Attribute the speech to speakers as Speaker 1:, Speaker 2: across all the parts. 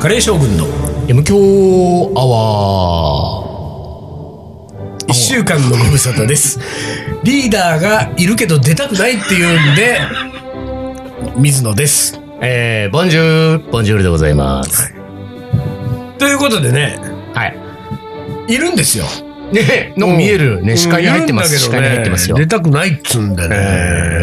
Speaker 1: 平将軍の
Speaker 2: M 強アワ
Speaker 1: 一週間のご無沙汰です。リーダーがいるけど出たくないって言うんで、水野です。
Speaker 2: ー。えー、ボンジュール、ボンジュールでございます。
Speaker 1: ということでね、
Speaker 2: はい。
Speaker 1: いるんですよ。
Speaker 2: ねの見えるね、視界に入ってます。
Speaker 1: うん
Speaker 2: 視
Speaker 1: いるんだけど
Speaker 2: 界に入ってますよ
Speaker 1: 出。たくないっつうんだよ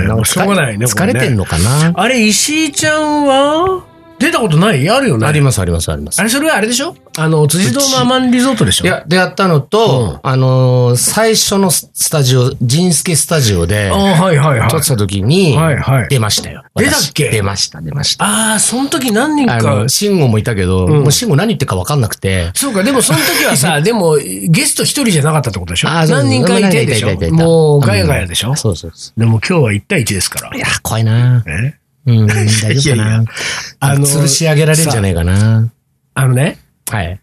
Speaker 1: ね。なんかしょうがないね。
Speaker 2: 疲れ
Speaker 1: こ
Speaker 2: て
Speaker 1: ね
Speaker 2: んのかな
Speaker 1: あれ、石井ちゃんは出たことないあるよね。
Speaker 2: ありますありますあります
Speaker 1: あ。れ、それはあれでしょあの、辻堂のアマンリゾートでしょ
Speaker 2: いや、でやったのと、あのー最初のススタジオ、ジンスケスタジオで
Speaker 1: あ、あ、はいはいはい
Speaker 2: 撮っ。てた時に、
Speaker 1: はいはい。
Speaker 2: 出ましたよ。
Speaker 1: 出たっ
Speaker 2: 私
Speaker 1: け
Speaker 2: 出ました、出ました。
Speaker 1: ああ、その時何人
Speaker 2: あ
Speaker 1: か
Speaker 2: の、。慎吾もいたけど、
Speaker 1: ん
Speaker 2: もう慎吾何言ってるか分かんなくて、
Speaker 1: そうか、でもその時はさ、でも、ゲスト一人じゃなかったってことでしょ
Speaker 2: あーそう
Speaker 1: 何人かいてでし
Speaker 2: 何人かいたいたい
Speaker 1: ょ
Speaker 2: た
Speaker 1: もう、ガヤガヤでしょ
Speaker 2: そうそうそ
Speaker 1: でも今日は1対1ですから
Speaker 2: う。い。や、怖いな
Speaker 1: ね
Speaker 2: うん、大丈夫か
Speaker 1: いやいや
Speaker 2: な
Speaker 1: あの
Speaker 2: 吊るし上げられるんじゃないかな
Speaker 1: あのね、
Speaker 2: はい。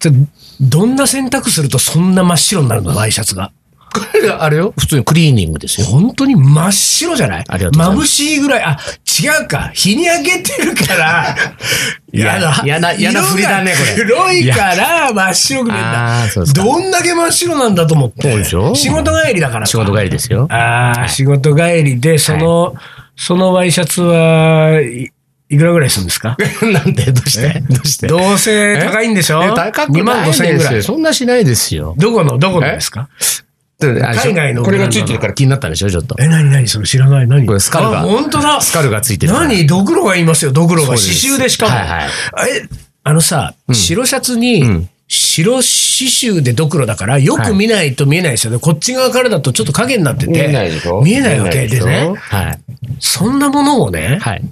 Speaker 1: ちょどんな選択するとそんな真っ白になるのワイシャツが。
Speaker 2: これ、あれよ普通にクリーニングですよ。
Speaker 1: 本当に真っ白じゃない
Speaker 2: ありがとうございま
Speaker 1: 眩しいぐらい。あ、違うか。日に焼けてるから。
Speaker 2: いややなやな振りだねこれ
Speaker 1: 色が黒いから真っ白く見えるんだ。
Speaker 2: あー、そうですか。
Speaker 1: どんだけ真っ白なんだと思って。
Speaker 2: そうでしょ
Speaker 1: 仕事帰りだからか
Speaker 2: 仕事帰りですよ。
Speaker 1: ああ、仕事帰りで、その、そのワイシャツは、いいくらぐらいするんですか
Speaker 2: なんでどうしてどうして
Speaker 1: どうせ高いんでしょ
Speaker 2: え高く
Speaker 1: ?2 万
Speaker 2: ない
Speaker 1: 5千円
Speaker 2: で
Speaker 1: ぐら
Speaker 2: すよ。
Speaker 1: い。
Speaker 2: そんなしないですよ。
Speaker 1: どこの、どこのですか
Speaker 2: 海
Speaker 1: 外の
Speaker 2: これがついてるから気になったでしょちょっと。
Speaker 1: え、なになにそれ知らない何
Speaker 2: これスカルが
Speaker 1: あ、本当だ
Speaker 2: スカルがついてるから。
Speaker 1: 何ドクロがいますよ、ドクロが。
Speaker 2: そう
Speaker 1: 刺
Speaker 2: です
Speaker 1: 繍でしかも。
Speaker 2: はいはい
Speaker 1: え、あのさ、白シャツに
Speaker 2: ん、
Speaker 1: 白刺繍でドクロだから、よく見ないと見えないですよね。こっち側からだとちょっと影になってて。見えないわけでね。
Speaker 2: はい。
Speaker 1: そんなものをね、
Speaker 2: はい。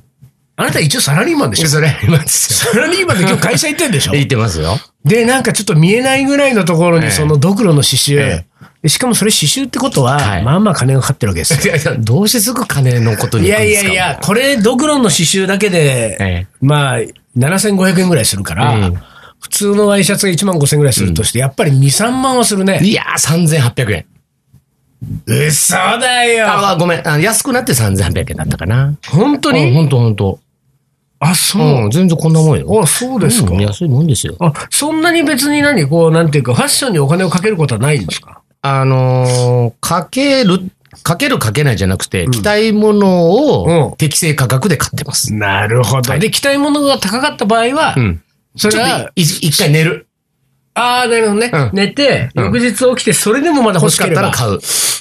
Speaker 1: あなた一応サラリーマンでしょ
Speaker 2: それありますよ。
Speaker 1: サラリーマンで今日会社行ってんでしょ
Speaker 2: 言ってますよ。
Speaker 1: で、なんかちょっと見えないぐらいのところ
Speaker 2: ええ
Speaker 1: にそのドクロの刺繍。
Speaker 2: え
Speaker 1: でしかもそれ刺繍ってことは、
Speaker 2: はい
Speaker 1: まあまあ金がかかってるわけですよ。
Speaker 2: い やいや、どうしてすぐ金のことに
Speaker 1: い
Speaker 2: 行く
Speaker 1: や
Speaker 2: ん
Speaker 1: い
Speaker 2: で
Speaker 1: や
Speaker 2: すか
Speaker 1: いや、これドクロの刺繍だけで、
Speaker 2: ええ
Speaker 1: まあ、7500円ぐらいするから、
Speaker 2: うん
Speaker 1: 普通のワイシャツが1万5000円ぐらいするとして、やっぱり2、3万はするね。
Speaker 2: いやー、3800円。
Speaker 1: 嘘だよ
Speaker 2: あ、ごめん。あ安くなって3800円だったかな。
Speaker 1: 本当
Speaker 2: うん、
Speaker 1: に
Speaker 2: ほんとほんと。
Speaker 1: あ、そう
Speaker 2: うん、全然こんなもんよ。
Speaker 1: あ、そうですか
Speaker 2: うん、安いもんですよ。
Speaker 1: あ、そんなに別に何こう、なんていうか、ファッションにお金をかけることはないんですか
Speaker 2: あのーかける、かけるかけないじゃなくて、着たいも
Speaker 1: うん
Speaker 2: のを適正価格で買ってます。
Speaker 1: なるほど。で、着たいものが高かった場合は、
Speaker 2: うん。
Speaker 1: それ
Speaker 2: ちょっ
Speaker 1: は
Speaker 2: とい一回寝る。
Speaker 1: ああ、なるほどね。
Speaker 2: うん
Speaker 1: 寝て、
Speaker 2: うん
Speaker 1: 翌日起きて、それでもまだ
Speaker 2: 欲
Speaker 1: 欲
Speaker 2: し
Speaker 1: し
Speaker 2: か
Speaker 1: か
Speaker 2: っ
Speaker 1: った
Speaker 2: たら
Speaker 1: ら
Speaker 2: 買う。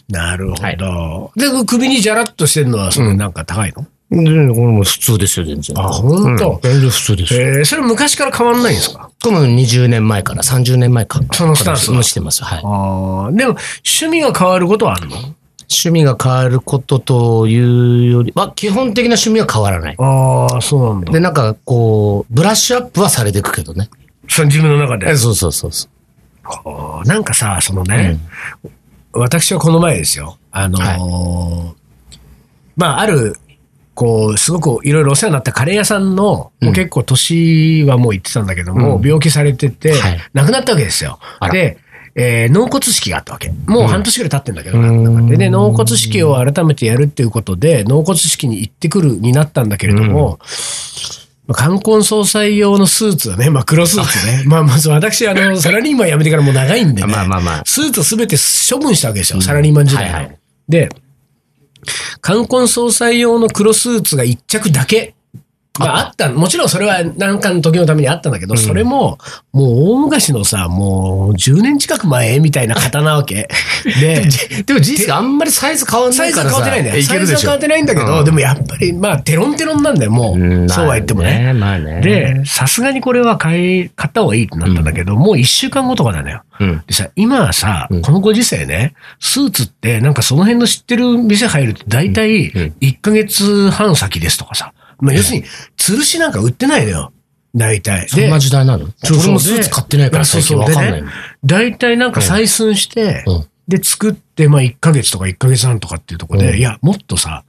Speaker 1: なるほど。
Speaker 2: はい
Speaker 1: で、首にじゃらっとしてるのは、そのなんか高いの、
Speaker 2: 全然これも普通ですよ、全然。
Speaker 1: あほんと
Speaker 2: うん全然普通ですよ。
Speaker 1: えーそれ昔から変わんないんですか
Speaker 2: これも20年前から30年前から。
Speaker 1: そのスタンスは
Speaker 2: もしてます。はい。
Speaker 1: ああ。でも、趣味が変わることはあるの
Speaker 2: 趣味が変わることというよりは、基本的な趣味は変わらない。
Speaker 1: ああ、そうなんだ。
Speaker 2: で、なんか、こう、ブラッシュアップはされていくけどね。
Speaker 1: その自分の中で
Speaker 2: え。そうそうそうそ
Speaker 1: こうなんかさ、そのね、私はこの前ですよ。あのーまあ、ある、こう、すごくいろいろお世話になったカレー屋さんの、もう結構年はもう行ってたんだけども、
Speaker 2: うん
Speaker 1: 病気されてて、
Speaker 2: はい
Speaker 1: 亡くなったわけですよ
Speaker 2: あ。ら
Speaker 1: で、えー納骨式があったわけ。もう半年ぐらい経ってんだけど、
Speaker 2: う。
Speaker 1: でね、納骨式を改めてやるっていうことで、納骨式に行ってくるになったんだけれども、まあ冠婚葬祭用のスーツはね、まあ黒スーツ ね。まあまず私、あの、サラリーマン辞めてからもう長いんでね。
Speaker 2: まあまあまあ
Speaker 1: スーツすべて処分したわけですよ、サラリーマン時代の。
Speaker 2: はいはい
Speaker 1: で、冠婚葬祭用の黒スーツが一着だけ。まああった、もちろんそれは何かの時のためにあったんだけど、それも、もう大昔のさ、もう10年近く前みたいな方なわ け。で、
Speaker 2: でも人生あんまりサイズ変わん
Speaker 1: サ
Speaker 2: な
Speaker 1: イ
Speaker 2: い
Speaker 1: ズ
Speaker 2: か
Speaker 1: は
Speaker 2: ら
Speaker 1: 変わ
Speaker 2: さ。
Speaker 1: ってないんだよ。
Speaker 2: け
Speaker 1: サイ
Speaker 2: る
Speaker 1: ズ
Speaker 2: で
Speaker 1: は
Speaker 2: し
Speaker 1: 変
Speaker 2: ょ
Speaker 1: わってないんだけど、
Speaker 2: うん
Speaker 1: でもやっぱり、まあ、テロンテロンなんだよ、もう。
Speaker 2: うん
Speaker 1: そうは言ってもね。
Speaker 2: まあね。まあね
Speaker 1: で、さすがにこれは買い、買った方がいいってなったんだけど、もう一週間後とかなんだよ。
Speaker 2: うん。
Speaker 1: でさ、今はさ、
Speaker 2: うん
Speaker 1: このご時世ね、スーツってなんかその辺の知ってる店入ると大体
Speaker 2: うんうん
Speaker 1: 1ヶ月半先ですとかさ。まあ要するに、吊るしなんか売ってないのよ。大体。
Speaker 2: そんな時代なの
Speaker 1: そうそう
Speaker 2: 俺もスーツ買ってないから
Speaker 1: で
Speaker 2: 最近わかんな
Speaker 1: そう
Speaker 2: い
Speaker 1: そう
Speaker 2: の
Speaker 1: でね。大体なんか採寸して、
Speaker 2: うん
Speaker 1: で、作って、まあ1ヶ月とか1ヶ月半とかっていうところで、
Speaker 2: うん
Speaker 1: いや、もっとさ、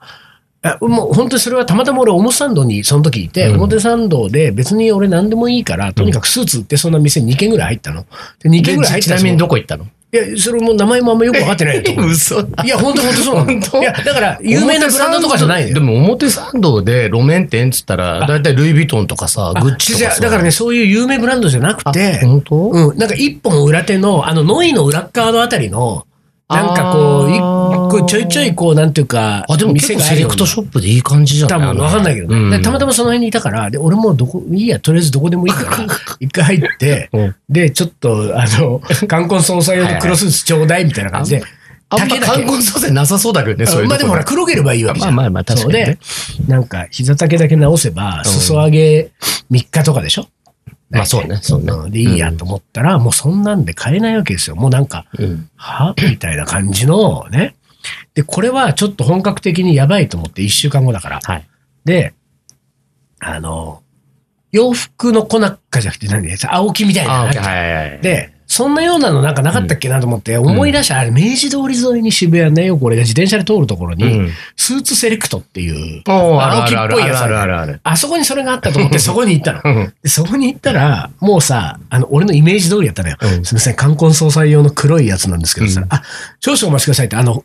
Speaker 1: あもう本当にそれはたまたま俺表参道にその時いて、
Speaker 2: うん
Speaker 1: 表参道で別に俺何でもいいから、とにかくスーツ売ってそんな店2軒ぐらい入ったの。で、2
Speaker 2: で
Speaker 1: 軒ぐらい入っ
Speaker 2: ち
Speaker 1: た
Speaker 2: な
Speaker 1: の
Speaker 2: みにどこ行ったの
Speaker 1: いや、それも名前もあんまよく分かってないと 思う。
Speaker 2: 嘘
Speaker 1: いや、本当本当そうなん
Speaker 2: 本当
Speaker 1: だ。いや、だから、有名なブランドとかじゃない
Speaker 2: で
Speaker 1: よ。
Speaker 2: も表参道で路面店っつったら、だいたいルイ・ヴィトンとかさ、グッチ
Speaker 1: じ
Speaker 2: と
Speaker 1: ゃ
Speaker 2: か
Speaker 1: あ
Speaker 2: さ。
Speaker 1: だからね、そういう有名ブランドじゃなくて、
Speaker 2: 本当、
Speaker 1: うん、なんか一本裏手の、あの、ノイの裏っ側のあたりの、なんかこうい
Speaker 2: あー
Speaker 1: こう、ちょいちょいこう、なんていうか、
Speaker 2: あ、でも結構セレクトシ
Speaker 1: ョッ
Speaker 2: ョップでいい感じじゃない
Speaker 1: 多分わかんないけどね。でたまた
Speaker 2: ま。
Speaker 1: まその辺にいたから、で、俺もどこ、いいや、とりあえずどこでもいいから、一回入って、
Speaker 2: うん
Speaker 1: で、ちょっと、あ の、冠婚葬祭用の黒スーツちょうだいみたいな感じで、
Speaker 2: あんま
Speaker 1: 竹だけ
Speaker 2: 観光創生なさそうだけどね、そういう
Speaker 1: まあでも
Speaker 2: とこ
Speaker 1: ほ
Speaker 2: ろ
Speaker 1: ら、黒ければいいわけじゃん。
Speaker 2: まあまあまあ確かにね
Speaker 1: そうで、なんか、膝丈だけ直せば、裾上げ3日とかでしょ
Speaker 2: まあそうね、そうね。
Speaker 1: うんで、いいやと思ったら、もうそんなんで買えないわけですよ。もうなんか、
Speaker 2: うん。
Speaker 1: はみたいな感じのね。で、これはちょっと本格的にやばいと思って、1週間後だから。
Speaker 2: はい。
Speaker 1: で、あの、洋服の粉かじゃなくて何青木みたい
Speaker 2: あ、
Speaker 1: な
Speaker 2: はい
Speaker 1: のある。
Speaker 2: はいはい。
Speaker 1: で、そんなようなのなんかなかったっけなと思って、思い出した、あれ、明治通り沿いに渋谷ね、よく俺が自転車で通るところ
Speaker 2: う
Speaker 1: に、
Speaker 2: ん。
Speaker 1: スーツセレクトっていう、
Speaker 2: おーあるある
Speaker 1: 青木っぽ
Speaker 2: あ
Speaker 1: いや
Speaker 2: る
Speaker 1: つ
Speaker 2: あるあるある
Speaker 1: あそこにそれがあったと思って、そこに行ったの
Speaker 2: あ。る。うん。
Speaker 1: でそこに行ったら、もうさ、あの、俺のイメージ通りやったのよ。
Speaker 2: うん
Speaker 1: すみません、冠婚葬祭用の黒いやつなんですけど、
Speaker 2: うん
Speaker 1: そしたらあ、少々お待ちくださいって、あの、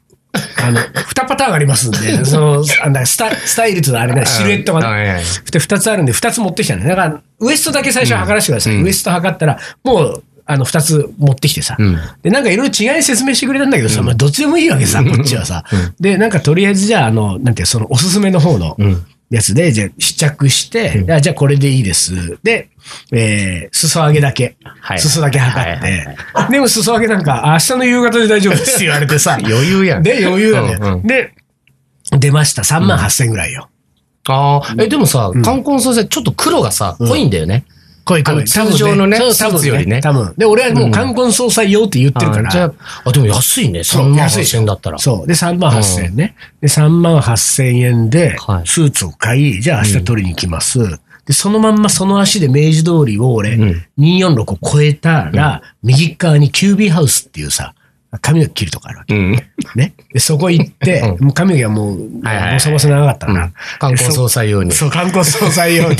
Speaker 1: あの、二パターンありますんで、その、あのスタスタイルとあれね、シルエットがね、
Speaker 2: はいはい
Speaker 1: で二つあるんで、二つ持ってきたのね。だから、ウエストだけ最初測らせてください。
Speaker 2: うん
Speaker 1: ウエスト測ったら、もう、あの、二つ持ってきてさ、
Speaker 2: うん。
Speaker 1: で、なんかいろいろ違い説明してくれたんだけどさ、まあ、どっちでもいいわけさ、こっちはさ。
Speaker 2: うん
Speaker 1: で、なんかとりあえずじゃあ、あの、なんていうそのおすすめの方の
Speaker 2: うん
Speaker 1: やつで、じゃあ試着して、
Speaker 2: うん
Speaker 1: あじゃあこれでいいです。で、えー、裾上げだけ。
Speaker 2: はい
Speaker 1: 裾だけ測って。
Speaker 2: はいは。
Speaker 1: でも裾上げなんか、明日の夕方で大丈夫ですって言われてさ
Speaker 2: 余裕やん。
Speaker 1: で、余裕だね、
Speaker 2: うんうん
Speaker 1: で、出ました。3万8000円ぐらいよ。
Speaker 2: ああ、え、でもさ
Speaker 1: ん、
Speaker 2: 冠婚葬祭、ちょっと黒がさ、
Speaker 1: うん
Speaker 2: 濃いんだよね。
Speaker 1: 来い
Speaker 2: あ
Speaker 1: 来
Speaker 2: の
Speaker 1: い。多分
Speaker 2: 通常のね
Speaker 1: そう多
Speaker 2: スーツ
Speaker 1: 分
Speaker 2: よりね
Speaker 1: 多分。で、俺はもう冠婚葬祭用って言ってるから。
Speaker 2: あーじゃあ、あ、でも安いね。3万
Speaker 1: 安い
Speaker 2: 8000円だったら。
Speaker 1: そう。で、3万8000円ね。で、3万8000円で
Speaker 2: は、い
Speaker 1: スーツを買い、じゃあ明日取りに行きます。で、そのまんまその足で明治通りを俺、
Speaker 2: うん
Speaker 1: 246を超えたら、右側にキュービーハウスっていうさ、髪の毛切るとこあるわけ。
Speaker 2: うん。
Speaker 1: ね。で、そこ行って、
Speaker 2: う
Speaker 1: もう髪の毛はもう、
Speaker 2: はいはいはい
Speaker 1: ボサボサ長かったから、
Speaker 2: 冠婚葬祭用に。
Speaker 1: そう、観光総裁用 に、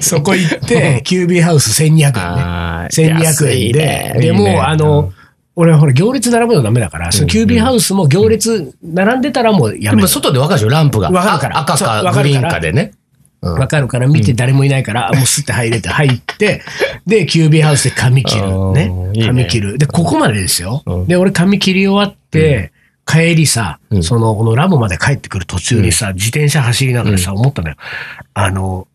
Speaker 1: そこ行って、キュービーハウス1200円ね。
Speaker 2: あ
Speaker 1: 1200円
Speaker 2: ー
Speaker 1: で。
Speaker 2: 安いねいい
Speaker 1: で、
Speaker 2: ね
Speaker 1: もう、あ
Speaker 2: う
Speaker 1: の、俺はほら、行列並ぶのダメだから、そのキュービーハウスも行列並んでたらもうやめ
Speaker 2: でも
Speaker 1: る。
Speaker 2: 外で分かるでしょ、ランプが。
Speaker 1: わかるから
Speaker 2: あ赤
Speaker 1: そうわか
Speaker 2: か
Speaker 1: るから
Speaker 2: グリーンかでね。うん
Speaker 1: わかるから見て誰もいないから、もうスッて入れて、入 って、で、キュービーハウスで髪切
Speaker 2: あ
Speaker 1: る。
Speaker 2: ー
Speaker 1: ね
Speaker 2: いい。ね
Speaker 1: 髪切る。で、ここまでですよ
Speaker 2: う。ん
Speaker 1: で、俺髪切り終わって、帰りさ
Speaker 2: う、ん
Speaker 1: その、このラボまで帰ってくる途中にさ、自転車走りながらさ、思ったのよ。あの、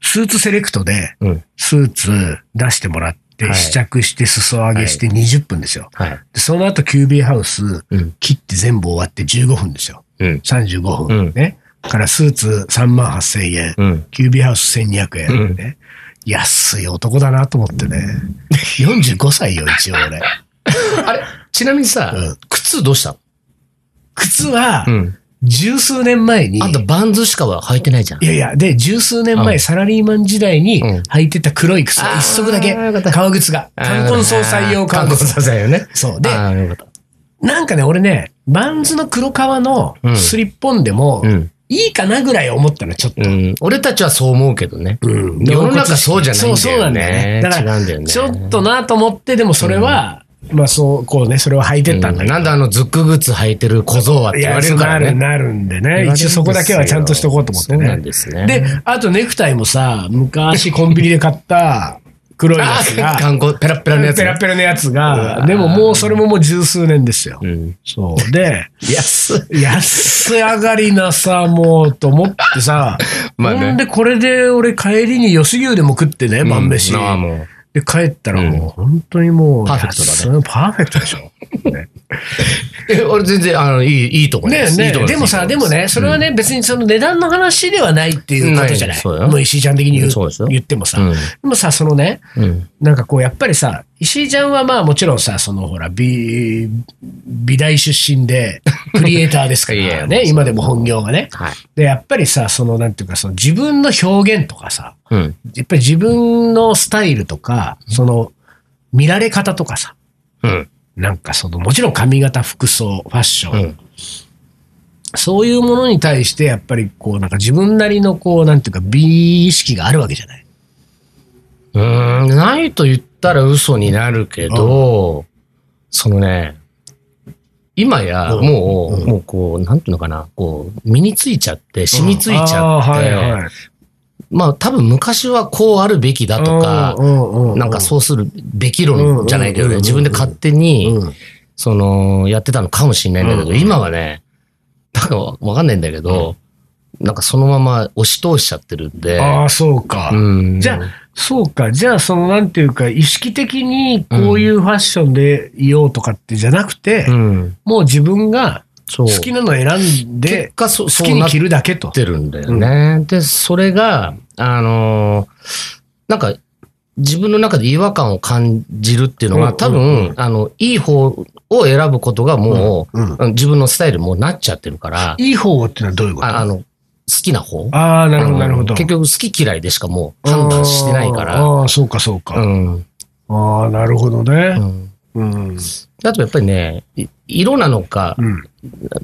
Speaker 1: スーツセレクトで、
Speaker 2: うん。
Speaker 1: スーツ出してもらって、
Speaker 2: はい
Speaker 1: 試着して、裾上げして20分ですよ。
Speaker 2: はい。
Speaker 1: でその後、キュービーハウス
Speaker 2: うん、
Speaker 1: 切って全部終わって15分ですよ。
Speaker 2: うん。
Speaker 1: 35
Speaker 2: う
Speaker 1: 分
Speaker 2: ん。
Speaker 1: ね。だから、スーツ3万8000円、
Speaker 2: うん。
Speaker 1: キュービーハウス1200円。ね安い男だなと思ってね。45歳よ、一応俺。
Speaker 2: あれ、ちなみにさ
Speaker 1: うん、
Speaker 2: 靴どうしたの
Speaker 1: 靴は、
Speaker 2: ん。
Speaker 1: 十数年前に、
Speaker 2: あんたバンズしかは履いてないじゃん
Speaker 1: い。やいや、で、十数年
Speaker 2: う
Speaker 1: 前、
Speaker 2: ん
Speaker 1: サラリーマン時代に
Speaker 2: うん
Speaker 1: 履いてた黒い靴、一足だけ
Speaker 2: あーよかっ、た
Speaker 1: 革靴が。冠婚葬祭用革
Speaker 2: 冠婚
Speaker 1: 靴。
Speaker 2: 葬祭用ね。
Speaker 1: そう。で、
Speaker 2: あーよかっ
Speaker 1: なんかね、俺ね、バンズの黒革の
Speaker 2: うん
Speaker 1: スリッポンでも
Speaker 2: た。、ん。
Speaker 1: いいかなぐらい思ったの、ちょっと。
Speaker 2: うん。俺たちはそう思うけどね。
Speaker 1: うん
Speaker 2: 世の中そうじゃないんだよね。
Speaker 1: そうそうなんだよね。だから、
Speaker 2: 違うんだよね。
Speaker 1: ちょっとなと思って、でもそれは、まあそう、こうね、それを履いてったんだ
Speaker 2: う
Speaker 1: け
Speaker 2: ん
Speaker 1: ど。
Speaker 2: なんであのズックグッズ履いてる小僧はって
Speaker 1: い
Speaker 2: 言わ
Speaker 1: や、
Speaker 2: れ
Speaker 1: そ
Speaker 2: る
Speaker 1: う
Speaker 2: か
Speaker 1: な
Speaker 2: ら
Speaker 1: る、
Speaker 2: ね。
Speaker 1: なるんで
Speaker 2: 言われ
Speaker 1: ね。
Speaker 2: るんです
Speaker 1: 一
Speaker 2: よ
Speaker 1: 応そこだけはちゃんとしとこうと思って
Speaker 2: そうなん
Speaker 1: ね。
Speaker 2: ですね。
Speaker 1: で、あとネクタイもさ、昔コンビニで買った黒いや
Speaker 2: あ
Speaker 1: つ
Speaker 2: ー、
Speaker 1: が、
Speaker 2: 観光、ペラッペラのやつ
Speaker 1: ペ
Speaker 2: ね。
Speaker 1: ラペラのやつ
Speaker 2: う
Speaker 1: が、
Speaker 2: わ
Speaker 1: でももうそれももう十数年ですよ。
Speaker 2: うん。
Speaker 1: そう。で、
Speaker 2: 安い。
Speaker 1: 安上がりなさ、もう、と思ってさ、
Speaker 2: まあね
Speaker 1: ほんで、これで俺帰りに吉牛でも食ってね、晩飯。
Speaker 2: うんあーも
Speaker 1: で、帰ったらもう、本当にもう、
Speaker 2: パーフェクトだ ね
Speaker 1: 安いパーフェクトでしょ。ね
Speaker 2: う。え、俺全然、あの、いい、いいと思い
Speaker 1: ね
Speaker 2: ます。い
Speaker 1: え
Speaker 2: いと
Speaker 1: ねえ、
Speaker 2: 思い
Speaker 1: でも
Speaker 2: ます
Speaker 1: さ、でも、ね、それはね、別にその値段の話ではないっていうことじゃな。
Speaker 2: ないいそうよ
Speaker 1: もう石井ちゃん的に言う
Speaker 2: そうですよ
Speaker 1: 言ってもさ、
Speaker 2: うん
Speaker 1: でもさ、そのね、
Speaker 2: うん。
Speaker 1: なんかこう、やっぱりさ、石井ちゃんはまあもちろんさ、そのほら、美、美大出身で、クリエイターですか
Speaker 2: いやい
Speaker 1: ら
Speaker 2: や
Speaker 1: ね、今でも本業がね。
Speaker 2: はい。
Speaker 1: で、やっぱりさ、その、なんていうか、その自分の表現とかさ、
Speaker 2: うん。
Speaker 1: やっぱり自分のスタイルとか、その、見られ方とかさ、
Speaker 2: うん。
Speaker 1: なんかその、もちろん髪型、服装、ファッション、
Speaker 2: うん。
Speaker 1: そういうものに対して、やっぱりこう、なんか自分なりのこう、なんていうか、美意識があるわけじゃない。
Speaker 2: うーん、ないと言ったら嘘になるけど、そのね、今や、
Speaker 1: うん
Speaker 2: もう、
Speaker 1: うん
Speaker 2: もうこう、なんていうのかな、こう、身についちゃって、染みついち
Speaker 1: あ
Speaker 2: ゃって、
Speaker 1: ーはいはい
Speaker 2: まあ多分昔はこうあるべきだとか、
Speaker 1: うん
Speaker 2: なんかそうするべき論じゃないけど
Speaker 1: うんうんうんうん
Speaker 2: ね、自分で勝手に、
Speaker 1: うん、うん
Speaker 2: その、やってたのかもしれないんだけど、
Speaker 1: うん
Speaker 2: 今はね、なんかわかんないんだけど、なんかそのまま押し通しちゃってるんで、
Speaker 1: ああ、そうか。
Speaker 2: うん
Speaker 1: じゃあ、そうか。じゃあ、その、なんていうか、意識的にこういうファッションでいようとかってじゃなくて、
Speaker 2: うん、
Speaker 1: もう自分が
Speaker 2: そう
Speaker 1: 好きなの選ん
Speaker 2: 結
Speaker 1: で、
Speaker 2: 果そ
Speaker 1: 好
Speaker 2: そ
Speaker 1: き
Speaker 2: う
Speaker 1: に
Speaker 2: なっ
Speaker 1: 着るだけと。
Speaker 2: てるんだよね。で、それが、あのーなんか、自分の中で違和感を感じるっていうの
Speaker 1: う
Speaker 2: は、
Speaker 1: ん
Speaker 2: 多
Speaker 1: うん
Speaker 2: 分、あの、いい方を選ぶことがもう、
Speaker 1: うん
Speaker 2: 自分のスタイルもうなっちゃってるから、
Speaker 1: いい方ってのはどういうこと
Speaker 2: ああの、好きな方
Speaker 1: ああ、なるほど、なるほど。
Speaker 2: 結局好き嫌いでしかもう判断してないから。
Speaker 1: ああ、そうか、そう
Speaker 2: う
Speaker 1: か。
Speaker 2: ん。
Speaker 1: ああ、なるほど
Speaker 2: う
Speaker 1: ね。
Speaker 2: ん。
Speaker 1: うん。
Speaker 2: あとやっぱりね、い色なのか、
Speaker 1: うん。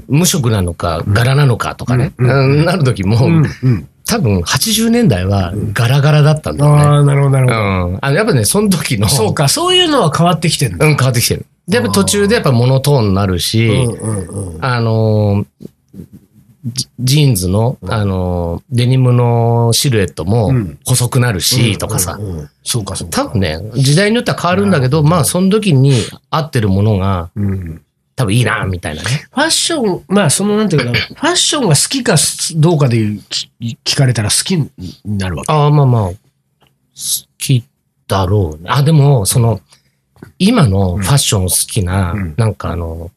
Speaker 2: 無色なのか、柄なのかとかね、
Speaker 1: うん
Speaker 2: うんなる時も、
Speaker 1: うん。うん
Speaker 2: 多分80年代はガラガラだったんだよね。
Speaker 1: ああ、なるほど、なるほど。
Speaker 2: うん。あの、やっぱね、その時の、
Speaker 1: そうか、そういうのは変わってきてん
Speaker 2: う
Speaker 1: だ。
Speaker 2: ん、変わってきてる。で、やっぱ途中でやっぱモノトーンになるし、
Speaker 1: うんうん。
Speaker 2: あのージジーンズの、あのーデニムのシルエットも
Speaker 1: うん
Speaker 2: 細くなるし、とかさ、
Speaker 1: うんうんうん。そうか、そうか。
Speaker 2: 多分ね、時代によっては変わるんだけど、まあ、その時に合ってるものが、
Speaker 1: うん。
Speaker 2: 多分いいな、みたいなね。
Speaker 1: ファッション、まあ、その、なんていう かな、ファッションが好きかどうかでいうき聞かれたら好きになるわけ。
Speaker 2: ああ、まあまあ、好きだろうね。あ、でも、その、今のファッション好きな、
Speaker 1: うん
Speaker 2: なんかあの、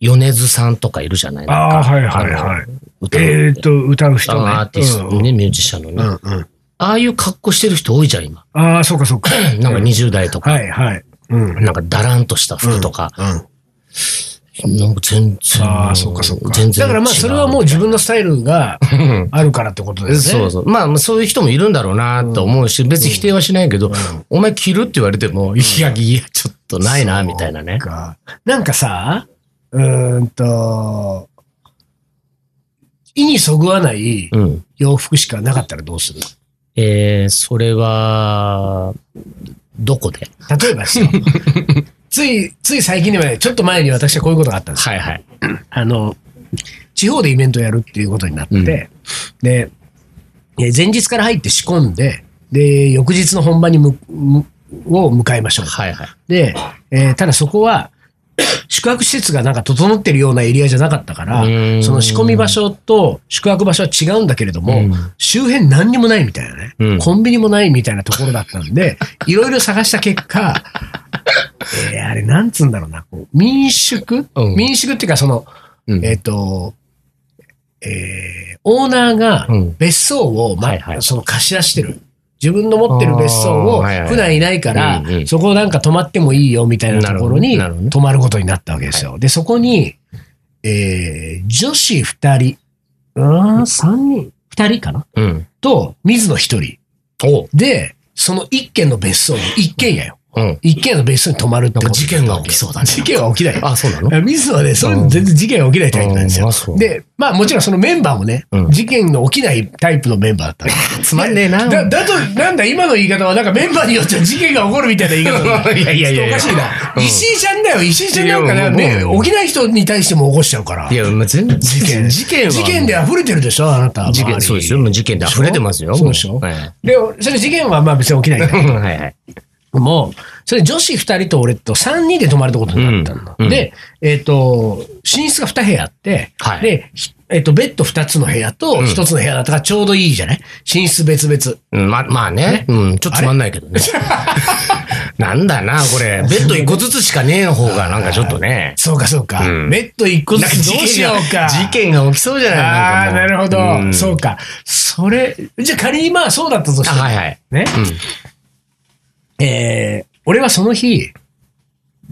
Speaker 2: 米津さんとかいるじゃないなんか
Speaker 1: あーはいはいはい
Speaker 2: あの歌の
Speaker 1: えーっと、歌う人
Speaker 2: あ
Speaker 1: ね。
Speaker 2: のアーティストね、ミュージシャンの
Speaker 1: う
Speaker 2: ね。
Speaker 1: ん
Speaker 2: あ
Speaker 1: うんうん。
Speaker 2: あいう格好してる人多いじゃん、今。
Speaker 1: ああ、そうか そうか。
Speaker 2: なんか20代とか、
Speaker 1: はいはい。うん。
Speaker 2: なんかだらんとした服とか、
Speaker 1: うん、
Speaker 2: なんか全然。
Speaker 1: ああ、そうかそうか。
Speaker 2: 全然。
Speaker 1: だからまあ、それはもう自分のスタイルが
Speaker 2: 分。
Speaker 1: あるからってことですね。
Speaker 2: そうそう。まあまあ、そういう人もいるんだろうなと思うし、別に否定はしないけど、お前着るって言われても、いや、いや、ちょっとないな、みたいなね。
Speaker 1: か。なんかさ、うーんと、意にそぐわない
Speaker 2: うん。
Speaker 1: 洋服しかなかったらどうする
Speaker 2: えー、それは、どこで
Speaker 1: 例えば ですよつい、つい最近にはね、ちょっと前に私はこういうことがあったんですよ
Speaker 2: はいはい。
Speaker 1: あの、地方でイベントをやるっていうことになって、
Speaker 2: うん
Speaker 1: で、え前日から入って仕込んで、で、翌日の本番にむ、むを迎えましょう。
Speaker 2: はいはい。
Speaker 1: で、えーただそこは、宿泊施設がなんか整ってるようなエリアじゃなかったから
Speaker 2: うー、ん
Speaker 1: その仕込み場所と宿泊場所は違うんだけれども、
Speaker 2: うん
Speaker 1: 周辺何にもないみたいなね、
Speaker 2: うん
Speaker 1: コンビニもないみたいなところだったんで、いろいろ探した結果、えーあれなんつうんだろうな、こう民宿、
Speaker 2: うん
Speaker 1: 民宿っていうかその、
Speaker 2: うん
Speaker 1: えっ、と、えーオーナーが
Speaker 2: うん
Speaker 1: 別荘を、ま
Speaker 2: はいはい
Speaker 1: その貸し出してる。自分の持ってる別荘を
Speaker 2: あーはいはい
Speaker 1: 普段いないから
Speaker 2: うんう、ん
Speaker 1: そこなんか泊まってもいいよみたいなところに
Speaker 2: なるほどね
Speaker 1: 泊まることになったわけですよ。で、そこに、えー女子二人、うーん、三人、二人かな
Speaker 2: うん。
Speaker 1: と、水野一人。
Speaker 2: お
Speaker 1: で、その一軒の別荘に、一軒家よ。
Speaker 2: うん。
Speaker 1: 一軒家の別荘に泊まるってこと
Speaker 2: なんか事件が起きそうだね
Speaker 1: 事件は起きないよ。
Speaker 2: あ、そうなの
Speaker 1: 水野はね、そういうの全然事件が起きないタイプなんです
Speaker 2: うん
Speaker 1: よ
Speaker 2: あそ。う
Speaker 1: で、まあもちろんそのメンバーもね、
Speaker 2: うん
Speaker 1: 事件の起きないタイプのメンバーだったの。
Speaker 2: つまんねえな。
Speaker 1: だ、だと、なんだ、今の言い方は、なんかメンバーによっちゃ事件が起こるみたいな言い方だ
Speaker 2: いやいやいやいや
Speaker 1: ちょっとおかしいな。
Speaker 2: うん
Speaker 1: 石井ちゃんだよ、石井ちゃんなんか
Speaker 2: い
Speaker 1: ね
Speaker 2: や
Speaker 1: ね、
Speaker 2: もう
Speaker 1: 起きない人に対しても起こしちゃうから
Speaker 2: い。や、まあ、全然、事
Speaker 1: 件
Speaker 2: 事件は。
Speaker 1: 事件で溢れてるでしょ、あなた。
Speaker 2: 事件、
Speaker 1: 周り
Speaker 2: そうですよ。もう事件で溢れてますよ。
Speaker 1: そうでしょ
Speaker 2: はいはい。
Speaker 1: で、それ事件はまあ別に起きないんだけ
Speaker 2: うんはいはい。
Speaker 1: ども、それ女子2人と俺と3人で泊まるってことになったの。
Speaker 2: うんうん
Speaker 1: で、えっ、と、寝室が2部屋あって、
Speaker 2: はい
Speaker 1: で、ひえっ、と、ベッド2つの部屋と
Speaker 2: うん
Speaker 1: 1つの部屋だったからちょうどいいじゃない、寝室別々。
Speaker 2: うんま、まあね。うん、ちょっとつまんないけどね。 なんだな、これ。ベッド一個ずつしかねえ方が、なんかちょっとね。
Speaker 1: そうかそうか。
Speaker 2: うん
Speaker 1: ベッド1個ず
Speaker 2: なんか
Speaker 1: つ
Speaker 2: 事
Speaker 1: どうし
Speaker 2: 件
Speaker 1: よ
Speaker 2: が
Speaker 1: うか。
Speaker 2: 事件が起きそうじゃない
Speaker 1: ああ、なん
Speaker 2: か
Speaker 1: る
Speaker 2: も
Speaker 1: ほ
Speaker 2: う
Speaker 1: ど、
Speaker 2: ん
Speaker 1: そうか。それ、じゃあ仮にまあそうだったとして
Speaker 2: あ、
Speaker 1: も、
Speaker 2: はいはい。
Speaker 1: ね、えー俺はその日、